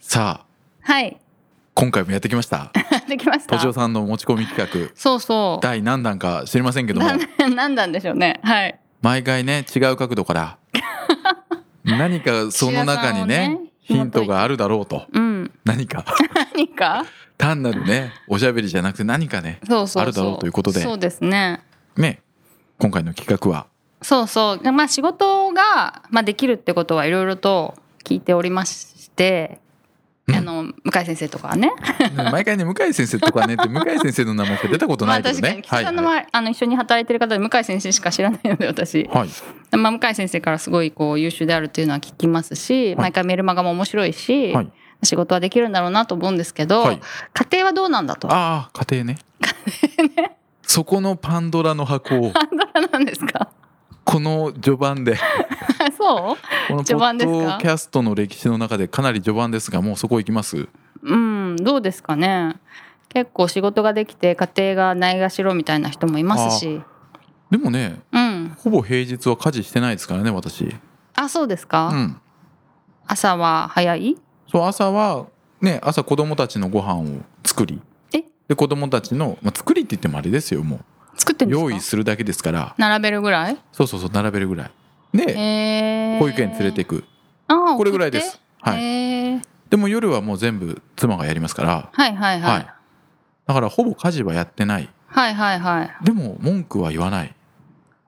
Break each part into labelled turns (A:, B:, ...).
A: さあ
B: はい
A: 今回もやってきました
B: できまし
A: と
B: た
A: ちおさんの持ち込み企画
B: そうそう
A: 第何弾か知りませんけど も
B: なんなんなんでしょうねはい
A: 毎回ね違う角度から 何かその
B: 岸田さ
A: 中に
B: ん
A: ね
B: をね
A: ヒントがあるだろうと
B: うん
A: 何か
B: 何か
A: 単なるねおしゃべりじゃなくて何かね
B: そうそうそう
A: あるだろうということで
B: そうですね
A: ね今回の企画は
B: そうそうでまあ仕事が、まあ、できるってことはいろいろと聞いておりまして、
A: うん
B: あの向井先生とかはね
A: 毎回ね向井先生とかねって向井先生の名前しか出たこと
B: ま
A: な
B: あ
A: いけど
B: 確かに
A: ね。
B: 岸さんの,、
A: はい
B: あの一緒に働いてる方で向井先生しか知らないので私、
A: はい、
B: まあ、向井先生からすごいこう優秀であるというのは聞きますし、毎回メルマガも面白いし、
A: はい
B: 仕事はできるんだろうなと思うんですけど、
A: はい
B: 家庭はどうなんだと。
A: ああ家庭ね。そこのパンドラの箱を
B: なんですか
A: この序盤で
B: そう
A: このポ
B: 序盤
A: ッ
B: ですか
A: ドキャストの歴史の中でかなり序盤ですがもうそこ行きます
B: うん、どうですかね。結構仕事ができて家庭がないがしろみたいな人もいますし。
A: でもね
B: うん。
A: ほぼ平日は家事してないですからね私
B: あ、そうですか。
A: うん
B: 朝は早い
A: そう朝はね朝子供たちのご飯を作り
B: え
A: で子供たちの、まあ、作りって言ってもあれですよも
B: 作ってる
A: う
B: んですか
A: 用意するだけですから
B: 並べるぐらい
A: そうそうそう並べるぐらい
B: へ
A: で
B: え
A: 保育園連れていく
B: あー
A: これぐらいです
B: 送っ
A: は
B: て
A: い
B: へー
A: でも夜はもう全部妻がやりますから
B: はいはいは
A: はいいだからほぼ家事はやってない
B: はいはいはい
A: でも文句は言わない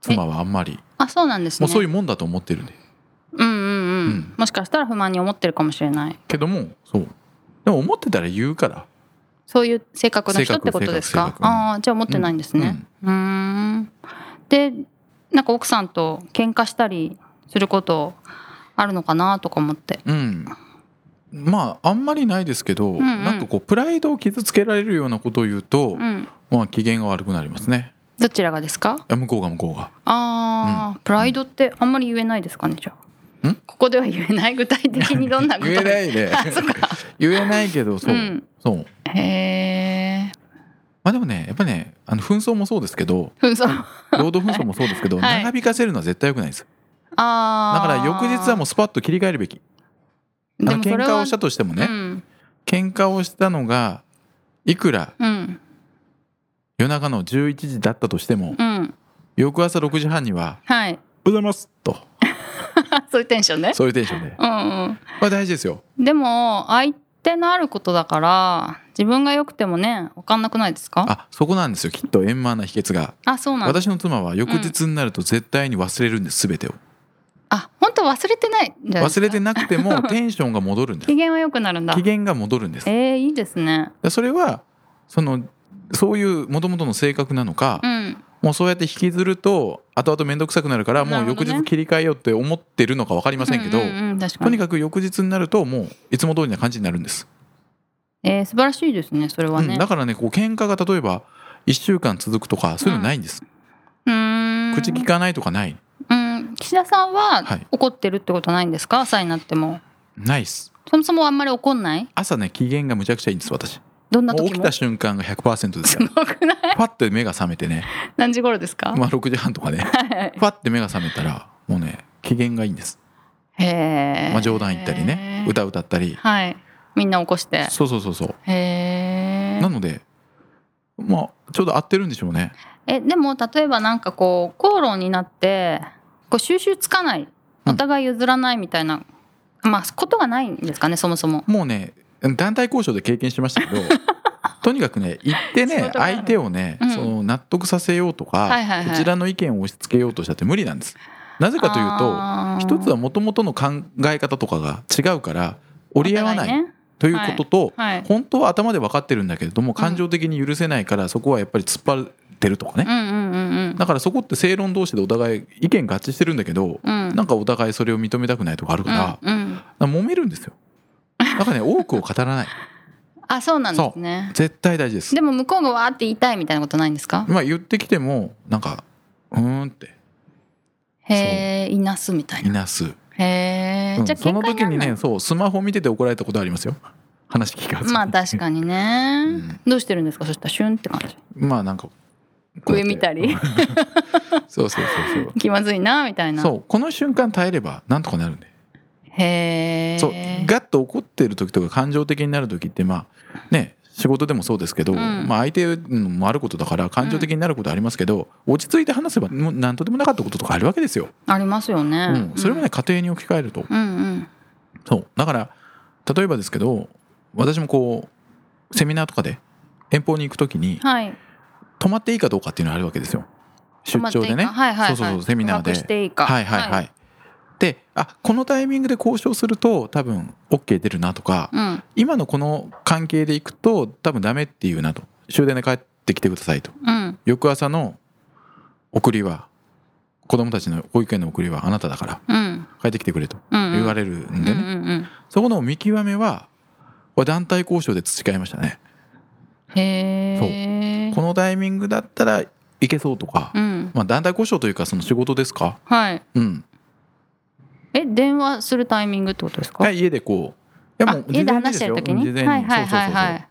A: 妻はあんまり
B: あそうなんですね
A: もうそういう
B: う
A: もんだと思ってるんで
B: うんうんうん、
A: うん
B: もしかしたら不満に思ってるかもしれない
A: けどもそうでも思ってたら言うから
B: そういう性格の人ってことです
A: 性
B: か
A: 格性格性格
B: ああーじゃあ思ってないんですねうんんでなんか奥さんと喧嘩したりすることあるのかなとか思って
A: うんまああんまりないですけど、
B: んうん
A: なんかこうプライドを傷つけられるようなことを言うと、
B: うん
A: まあ機嫌が悪くなりますね
B: どちらがですか
A: いや向こうが向こうが
B: ああ、プライドってあんまり言えないですかねじゃあ
A: ん
B: ここでは言えない具体的にどんなこと
A: 言えないね 言えないけどそう、
B: うん
A: そう
B: へえ
A: まあでもねやっぱねあの紛争もそうですけど
B: ふんそうあ
A: 労働紛争もそうですけど、
B: はい
A: 長引かせるのは絶対良くないですだ
B: あ
A: から翌日はもうスパッと切り替えるべき
B: う
A: あの喧嘩をしたとしてもね、
B: うん
A: 喧嘩をしたのがいくら
B: うん
A: 夜中の11時だったとしても、
B: うん
A: 翌朝6時半には
B: はい
A: 「おはようございます」と
B: そういうテンションね
A: そういうテンションで
B: うん
A: まあ大事ですよ
B: うんでも相手のあることだから自分が良くてもね分かんなくないですか
A: あそこなんですよきっと円満な秘訣が
B: あそうなんだ
A: 私の妻は翌日になると絶対に忘れるんです全てを
B: あ本当忘れてないんじゃないですか
A: 忘れてなく てもテンションが戻るんです
B: 機嫌は良くなるんだ
A: 機嫌が戻るんです
B: えー、いいですね
A: それはそのそういうもともとの性格なのか、
B: うん
A: もうそうやって引きずると後々面倒くさくなるからも
B: な
A: う翌
B: るほど
A: 日
B: ね
A: 切り替えようって思ってるのか分かりませんけ
B: う
A: ど、
B: うんうん確か
A: と
B: に
A: にかく翌日になるともういつも通りな感じになるんです
B: えー、素晴らしいですねそれは
A: う
B: ね
A: ん、だからねこう喧嘩が例えば1週間続くとかそういうのないんです、
B: うーん
A: 口利かないとかない
B: うん岸田さんは
A: はい
B: 怒ってるってことないんですか朝になっても
A: ないっす
B: そもそもあんまり怒んない
A: 朝ね機嫌がむちゃくちゃいいんです私
B: どんな
A: もう
B: 時
A: 起き
B: も
A: た瞬間が100%ですから
B: すごくない
A: パッて目が覚めてね
B: 何時頃ですか、
A: まあ6時半とかね
B: はい
A: パッて目が覚めたらもうね機嫌がいいんです、
B: へえ、
A: まあ、冗談言ったりね歌歌ったり
B: はいみんな起こして
A: そうそうそうそう
B: へえ
A: なのでまあちょうど合ってるんでしょうね
B: えでも例えばなんかこう口論になってこう収拾つかないお互い譲らないみたいな、まあことがないんですかねそもそも
A: もうね団体交渉で経験しましたけ どとにかくね行っ
B: 仕
A: てね
B: 事がある
A: 相手をね、
B: うん
A: その納得させようとか、
B: はいはいはい
A: こちらの意見を押し付けようとしたって無理なんですなぜかという
B: あー
A: と一つはもともとの考え方とかが違うから折り合わ
B: お
A: な
B: 互
A: い
B: ね
A: ということと、
B: はい
A: 本当は頭で分かってるんだけれども感情的に許せないからそこはやっぱり突っ張ってるとかね、
B: うんうんうん
A: だからそこって正論同士でお互い意見合致してるんだけど、
B: うんうん
A: なんかお互いそれを認めたくないとかあるから,、
B: うんうん
A: 揉めるんですよな んかね多くを語らない
B: あそうなんですね
A: 絶対大事です
B: でも向こうがわーって言いたいみたいなことないんですか
A: まあ言ってきてもなんかうーんって
B: へえいなすみたい
A: い
B: な
A: なす、
B: へえ、
A: うん
B: じゃあ
A: そ
B: 喧
A: の
B: 嘩
A: 時
B: に
A: に
B: なら
A: ねそうスマホ見てて怒られたことありますよ話聞か
B: ない
A: ず
B: まあ確かにね、
A: ん
B: どうしてるんですかそしたらシュンって感じ
A: まあなんかこう
B: 上
A: やって
B: 見たり
A: そうそうそう そう
B: 気まずいなみたいな
A: そうこの瞬間耐えればなんとかなるんで、
B: へえ
A: そうガッと怒ってる時とか感情的になる時ってまあね仕事でもそうですけど、
B: うん
A: まあ、相手のもあることだから感情的になることありますけど、落ち着いて話せばもう何とでもなかったこととかあるわけですよ、
B: ありますよね、
A: うんそれもね家庭に置き換えると、
B: うんうん
A: そうだから例えばですけど私もこうセミナーとかで遠方に行く時に
B: はい
A: 泊まっていいかどうかっていうのがあるわけですよ出張でね、
B: 泊まっていいかはいはいはい
A: そうそうそうセミナーで
B: 泊泊していいか
A: はいはいはい、
B: はい
A: であこのタイミングで交渉すると多分 OK 出るなとか、
B: うん
A: 今のこの関係でいくと多分ダメっていうなと終電で帰ってきてくださいと
B: うん
A: 翌朝の送りは子供たちの保育園の送りはあなただから
B: うん
A: 帰ってきてくれと
B: うん
A: 言わ
B: れ
A: れるんで
B: る
A: ね、
B: うんうんうん
A: そこの見極めはこれ団体交渉で培いましたね
B: へえ
A: このタイミングだったらいけそうとか、
B: うん
A: まあ、団体交渉というかその仕事ですか
B: はい
A: うん
B: え電話するタイミングってことですか、
A: はい家でこういや
B: あ家で話してる時に
A: 事前
B: はい
A: に
B: はい
A: そうそう
B: はい
A: そ
B: う
A: そう
B: は
A: あ
B: い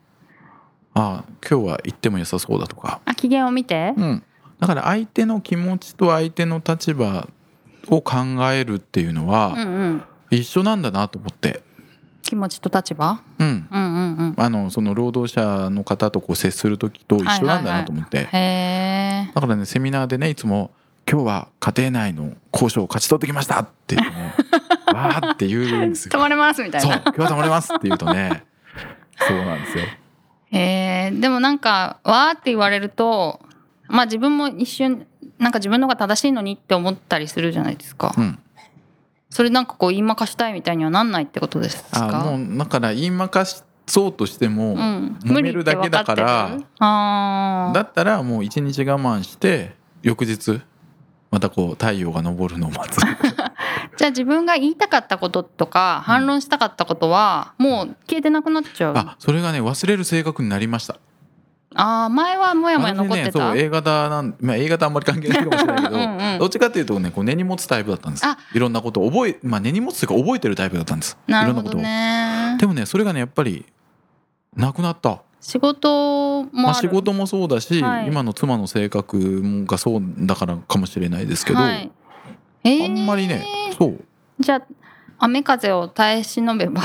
A: あ今日は行っても良さそうだとか
B: あ機嫌を見て、
A: うん、だから相手の気持ちと相手の立場を考えるっていうの
B: うん、う
A: は
B: ん
A: 一緒なんだなと思って、
B: 気持ちと立場
A: うん、
B: うんうんうん
A: あのその労働者の方とこう接する時と一緒なんだなと思って、
B: へえ
A: だからねセミナーでねいつも「今日は家庭内の交渉を勝ち取ってきました!」って言っ てね「わー」って言うんです
B: 止
A: よ。
B: まれますみたい
A: そう
B: な
A: 今日は止まれますって言うとねそうなんですよ。
B: へえでもなんかわーって言われるとまあ自分も一瞬なんか自分の方が正しいのにって思ったりするじゃないですか、
A: うん、
B: それなんかこう言いまかしたいみたいにはなんないってことですか
A: あもうだから言いまかそうとしても、
B: うん、
A: 揉めるだけだから
B: 無理って分ってるあ
A: だったらもう一日我慢して翌日またこう太陽が昇るのを 待つ
B: ーじゃあ自分が言いたかったこととか反論したかったことはもう消えてなくなっちゃう、
A: あそれがね忘れる性格になりました
B: ああ前はもやもや残って
A: 私ね
B: た、
A: そう A 型なん、まあ、A 型あんまり関係ないかもしれないけ ど
B: うんうん
A: どっちかっていうとねこう根に持つタイプだったんです
B: あ
A: いろんなことを覚え、まあ、根に持つというか覚えてるタイプだったんです
B: ないる
A: ろん
B: ほ
A: なこ
B: ど
A: とを
B: ね
A: でもねそれがねやっぱりなくなった、
B: 仕事も
A: ま
B: あ
A: あ、
B: る、
A: 仕事もそうだし、
B: はい
A: 今の妻の性格がそうだからかもしれないですけど、
B: はいえー
A: あんまりねそう、
B: じゃあ雨風を耐え忍べば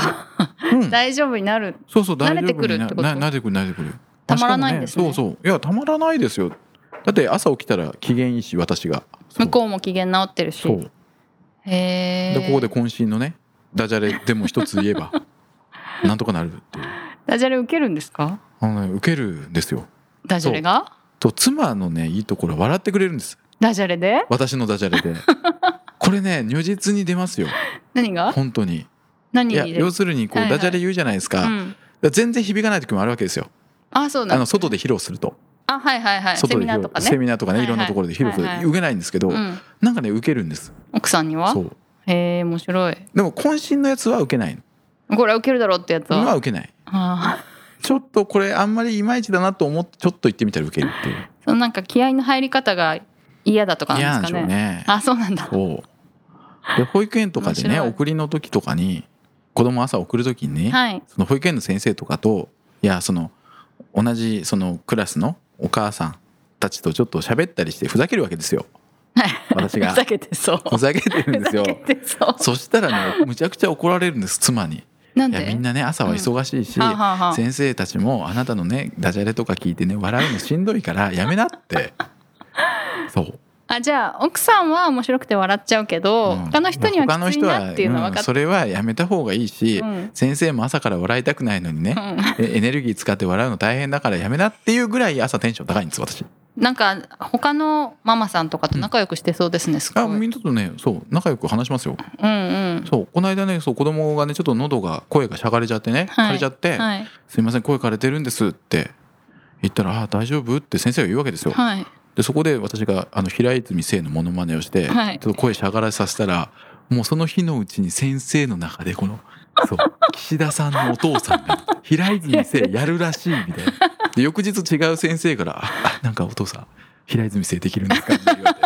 A: うん、
B: 大丈夫になる
A: そうそう、大
B: 慣
A: 丈
B: れ
A: 夫
B: てくるってこと
A: にな慣れてくる、慣れてくる。
B: たまらないんですね
A: しかもそうそう、いや、たまらないですよ。だって、朝起きたら機嫌いいし、私が。そう
B: 向こうも機嫌治ってるし
A: そう、
B: へえ
A: で、ここで渾身のね、ダジャレでも一つ 言えば。なんとかなるっていう。
B: ダジャレ受けるんですか
A: あのね、受けるんですよ。
B: ダジャレが
A: と、妻のね、いいところ、笑ってくれるんです。
B: ダジャレで
A: 私のダジャレ で。これね、如実に出ますよ。
B: 何が
A: 本当に。
B: 何
A: いや、
B: に
A: 要するに、こ
B: は
A: う、
B: いは
A: ダ
B: い
A: ジャレ言うじゃないですか。
B: う
A: だか
B: ん、
A: ら全然響かない時もあるわけですよ。
B: あそう
A: あ
B: なん
A: の、
B: だ
A: 外で披露すると。
B: あはいはいはいセ
A: 外で
B: ミナ
A: 披
B: ーと
A: 露
B: か
A: セ
B: ね、
A: ミナーとかね、
B: はいいは
A: ろ
B: い
A: んなところで披露する
B: はいはい。
A: 受けないんですけど
B: う。ん、
A: なんかね受けるんです
B: 奥さんには
A: そう
B: へえ面白い
A: でも渾身のやつは受けない
B: これは受けるだろうってやつ
A: の
B: は、
A: は受けない
B: あ
A: ちょっとこれあんまりいまいちだなと思ってちょっと言ってみたら受けるっていう
B: ーそのなんか気合の入り方が嫌だとか
A: 嫌な
B: なんん
A: で
B: です
A: しょ
B: か
A: う
B: ね
A: ね
B: あそうなんだ
A: そうで保育園とかで
B: 面
A: ね
B: 白い
A: 送りの時とかに子供朝送る時にね、
B: はい
A: その保育園の先生とかといやその同じそのクラスのお母さんたちとちょっと喋ったりしてふざけるわ けですよ私が
B: ふざけてそう
A: ふざけてるんですよ
B: ふざけてそう
A: そしたらねむちゃくちゃ怒られるんです妻に
B: なん
A: いや
B: で
A: みんなね朝は忙しいし、
B: はあはあはあ
A: 先生たちもあなたのねダジャレとか聞いてね笑うのしんどいからやめな ってそう、
B: あじゃあ奥さんは面白くて笑っちゃうけど、
A: うん
B: 他の人には
A: 他の
B: きつい
A: 人
B: なっていうのは
A: う
B: 分
A: ん
B: かっ
A: それはやめた方がいいし、
B: うん
A: 先生も朝から笑いたくないのにね、えエネルギー使って笑うの大変だからやめなっていうぐらい朝テンション高いんです私
B: なんか他のママさんとかと仲良くしてそうですね、すごい
A: あみんなとねそう仲良く話しますよ
B: うんうん
A: そうこの間ねそう子供がねちょっと喉が声がしゃがれちゃってね、
B: はい
A: 枯れちゃって、
B: はい
A: すいません声枯れてるんですって言ったら「あ大丈夫?」って先生が言うわけですよ、
B: はい
A: でそこで私があの平泉聖のモノマネをして、
B: はい
A: ちょっと声しゃがらせさせたらもうその日のうちに先生の中でこのそう岸田さんのお父さん が平泉生やるらしいみたいなで翌日違う先生から「ああなんかお父さん平泉生できるんですか?」って言われて。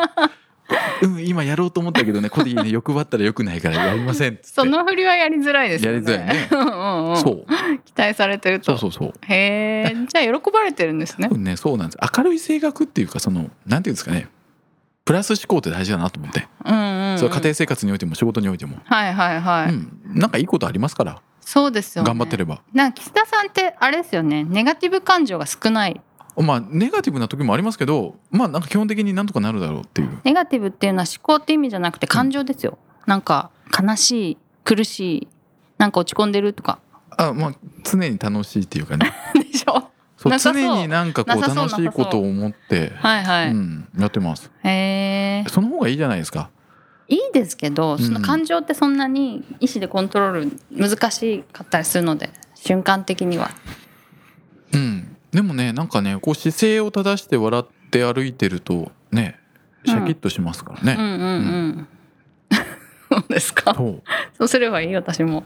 A: うん、今やろうと思ったけどね、これいいね、欲張ったら良くないからやりませんっつって。
B: その振りはやりづらいですよね。
A: やりづらいね
B: うんうんうん
A: そう
B: 期待されてる
A: そ
B: と。
A: うそうそう。
B: へえ。じゃあ喜ばれてるんですね
A: 多。分ね、そうなんです。明るい性格っていうか、その、なんていうんですかね。プラス思考って大事だなと思って。
B: うんうん。
A: それは家庭生活においても仕事においても。
B: はいはいはい。
A: うん、なんかいいことありますから、
B: そうですよ、ね。
A: 頑張ってれば。
B: なんか岸田さんってあれですよね。ネガティブ感情が少ない。
A: まあ、ネガティブな時もありますけど、まあ、なんか基本的になんとかなるだろうっていう。
B: ネガティブっていうのは思考って意味じゃなくて感情ですよ。なんか悲しい、苦しい、なんか落ち込んでるとか。
A: あ、まあ、常に楽しいっていうかね。
B: でしょ。
A: そう
B: なさそう
A: 常になんかこう
B: なさそう
A: 楽しいことを思って、
B: はいはい。
A: うん、やってます。
B: へえ。
A: その方がいいじゃないですか。
B: いいですけど、その感情ってそんなに意思でコントロール難しかったりするので、瞬間的には。
A: うん、でもね、なんかね、こう姿勢を正して笑って歩いてると、ね。シャキッとしますからね。
B: うんうんうん。そうですか。
A: そう
B: そうすればいい私も。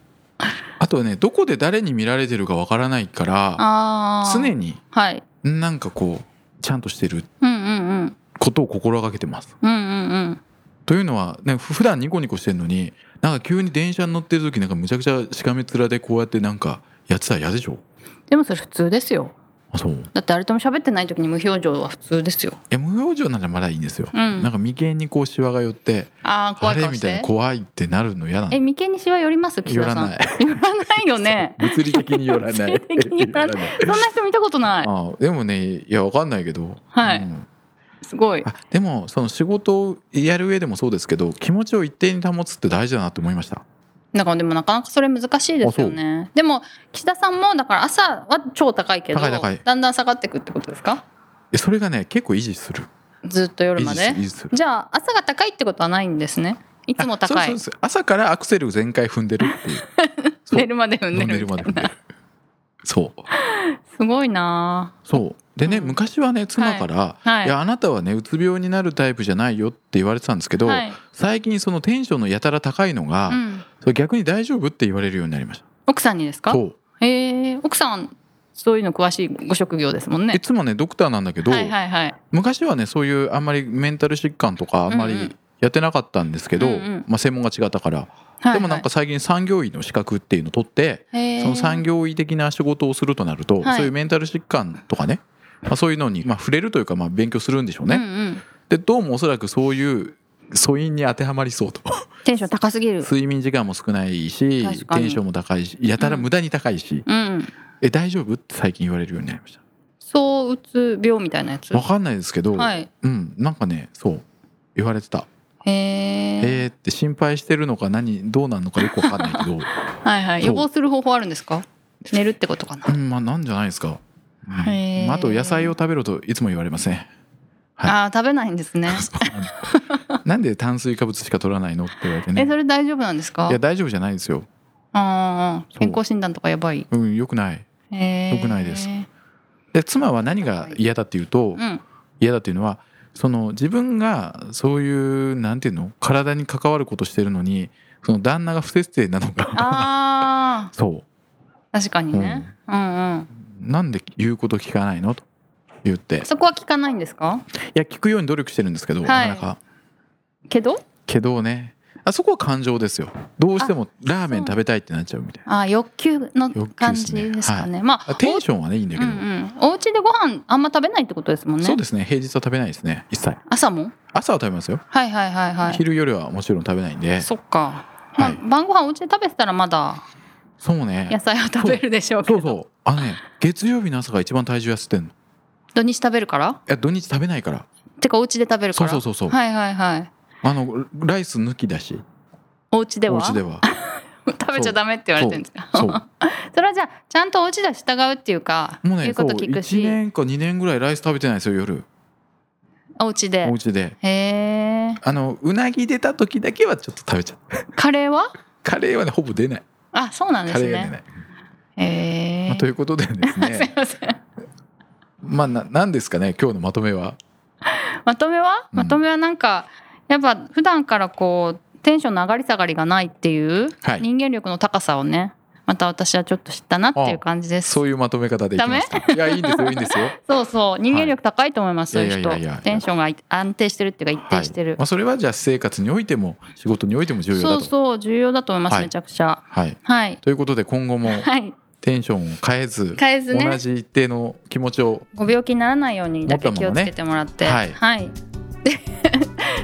A: あとはねどこで誰に見られてるかわからないから
B: ああ。
A: 常。に
B: はい。
A: なんかこうちゃんとしてる
B: うんうんうん。
A: ことを心がけてます。
B: うんうんうん。
A: というのはねふ普段ニコニコしてるのになんか急に電車に乗ってる時なんかむちゃくちゃしかめ面でこうやってなんかやってたら嫌でしょ
B: でもそれ普通ですよ。
A: あそうい
B: だって誰とも喋ってない時に無表情は普通ですよ。
A: や無表情ならまだいいんですよ。
B: うん
A: なんか眉間にこうシワが寄って
B: ああ、
A: あ
B: 怖い
A: れ
B: 顔
A: み
B: した
A: いな
B: て。
A: 怖いってなるの嫌な
B: え、
A: の
B: 眉間にしわ寄ります岸
A: 寄
B: 田
A: ら
B: さん。
A: ない
B: 寄らないよね。
A: 物理的に寄らない
B: 物理的に寄らなそんな人見たことない。
A: あでもねいやわかんないけど、
B: はい
A: うん
B: すごい。
A: あでもその仕事をやる上でもそうですけど気持ちを一定に保つって大事だなと思いました
B: だからでもなかなかそれ難しいですよね。でも岸田さんもだから朝は超高いけど
A: 高い高い
B: だんだん下がっていくってことですか？
A: えそれがね結構維持する
B: ずっと夜
A: 維
B: ま
A: 持す
B: で
A: 維。持する
B: じゃあ朝が高いってことはないんですね。いつも高
A: あそ。
B: いう
A: そうそう朝からアクセル全開踏んでるっていう そう
B: 寝るまで踏んで
A: 寝
B: る
A: る
B: み
A: まで
B: た
A: 踏
B: い
A: んで
B: な。
A: るそう
B: すごいな
A: そうでね、
B: うん
A: 昔はね妻から、
B: あ。はいい。
A: やあなたはねうつ病になるタイプじゃないよって言われてたんですけど、
B: はい。
A: 最近そのテンションのやたら高いのが、
B: うん。
A: それ逆に大丈夫って言われるようになりまし
B: 奥さんにです
A: た
B: か？
A: そう
B: ええ奥さんそういうの詳しいご職業ですもん
A: い
B: ね。
A: つもねドクターなんだけど、
B: はいはいはい。
A: 昔はねそういうあんまりメンタル疾患とかあんま
B: うんう
A: り
B: ん
A: やってなかったんですけど、
B: うんうん
A: まあ、専門が違ったから、
B: はいはい
A: でもなんか最近産業医の資格っていうのを取って、
B: へー
A: その産業医的な仕事をするとなると、
B: はい
A: そういうメンタル疾患とかね、まあ、そういうのに、まあ、触れるというか、まあ、勉強するんでしょうね。
B: うんうん。
A: でどうもおそらくそういう素因に当てはまりそうと
B: テンション高すぎる。
A: 睡眠時間も少ないし
B: 確か
A: テ
B: に
A: ンションも高いしやたら無駄に高いし、
B: うん。
A: え大丈夫って最近言われるようになりまし
B: 躁うつ病みたいなやつ。
A: たわかんないですけど、
B: はい。
A: うんなんかねそう言われてた
B: へ
A: えー、って心配してるのか何どうなんのかよくわかんないけど、
B: はいはい。
A: そう
B: 予防する方法あるんですか寝るってことかな
A: う。ん、まあなんじゃないですか、うん
B: へー
A: まあ、あと野菜を食べろといつも言われますねはい
B: ああ、食べないんですね。
A: なんで炭水化物しか取らないのって言われて
B: え、
A: ね
B: それ大丈夫なんですか
A: いや大丈夫じゃないですよ、
B: ああ、
A: そう
B: 健康診断とかやばい。
A: うん、よくない
B: よ
A: 良くないです
B: うん。
A: で妻は何が嫌だっていうと嫌だっていうのはその自分がそういうなんていうの体に関わることしてるのにその旦那が不節制なのが
B: ああ、
A: そう
B: 確かにね。うんうん。
A: なんで言うこと聞かないのと言って
B: そこは聞かないんですか
A: いや聞くように努力してるんですけど、
B: はい
A: なかなか
B: けど
A: けどねあそこは感情ですよどうしてもラーメン食べたいってなっちゃうみたい
B: ああ、欲求の
A: 欲求ですね
B: 感じですかね。ま
A: な
B: あ、
A: テンションはねいいんだ
B: お
A: け
B: う
A: ど、
B: んうん。お家でご飯あんま食べないってことですもんね。
A: そうですね平日は食べないですね一切
B: 朝も
A: 朝は食べますよ、
B: はいはいはいはい。
A: 昼夜はもちろん食べないんでそ
B: そっか。ま
A: は
B: あ
A: い、
B: 晩ご飯お家で食べてたらまだ
A: う
B: 野
A: ね
B: 菜は食べるでしょうけど。
A: そうそうあのね月曜日の朝が一番体重痩せてんのい
B: 土日食べるから
A: や土日食べないから
B: てかお家で食べるか
A: そう
B: ら
A: そうそうそう、
B: はいはいはい
A: あのライス抜きだし
B: お家で
A: お
B: は
A: 家では
B: 食べちゃダメって言われてるんですか
A: そ
B: それはじゃあちゃんとお家では従うっていうか
A: うもうね
B: 言う
A: そ
B: こ
A: う
B: と聞く
A: 1
B: し
A: 年か2年ぐらいライス食べてないですよ夜
B: お家
A: お
B: で
A: 家で
B: へえ
A: あのうなぎ出た時だけはちょっと食べちゃう
B: カレーは
A: カレーはねほぼ出ない
B: あそうなんで
A: カ
B: す
A: レーが出
B: ね
A: ない、
B: へ
A: まあ、
B: え
A: ということでです
B: すい
A: ね
B: ません
A: まあななんですかね今日のまとめは
B: まとめは
A: うん
B: まとめはなんかやっぱ普段からこう
C: テンションの上がり下がりがないっていう
A: はい
C: 人間力の高さをねまた私はちょっと知ったなっていう感じです
A: そういうまとめ方でいきましたいやいいんですよいいんで すよ
C: そうそう人間力高いと思います、
A: はい
C: そういう
A: いやいやいやいや
C: 人テンションが安定してるっていうか一定してる、
A: はいまあ、それはじゃあ私生活においても仕事においても重要だ
C: そ
A: と
C: うそう重要だと思います、
A: はい
C: めちゃくちゃ
A: はい、
C: はい
A: ということで今後も
C: はい
A: テンションを変えず
C: 変えずね
A: 同じ一定の気持ちを
C: ご病気にならないようにだけ気をつけてもらって、
A: 持ったままね
C: はい、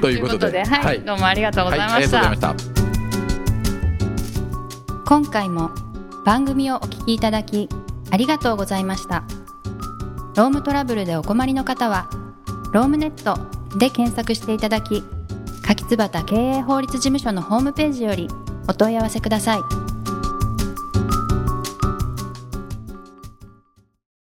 A: と
C: と
A: いうことで
C: はい、どうもありがとうございま
A: はいありがとう
C: し
A: ござい
C: た
A: ました
B: 今回も番組をお聞きいただきありがとうございましたロームトラブルでお困りの方は「ロームネット」で検索していただき柿椿経営法律事務所のホームページよりお問い合わせください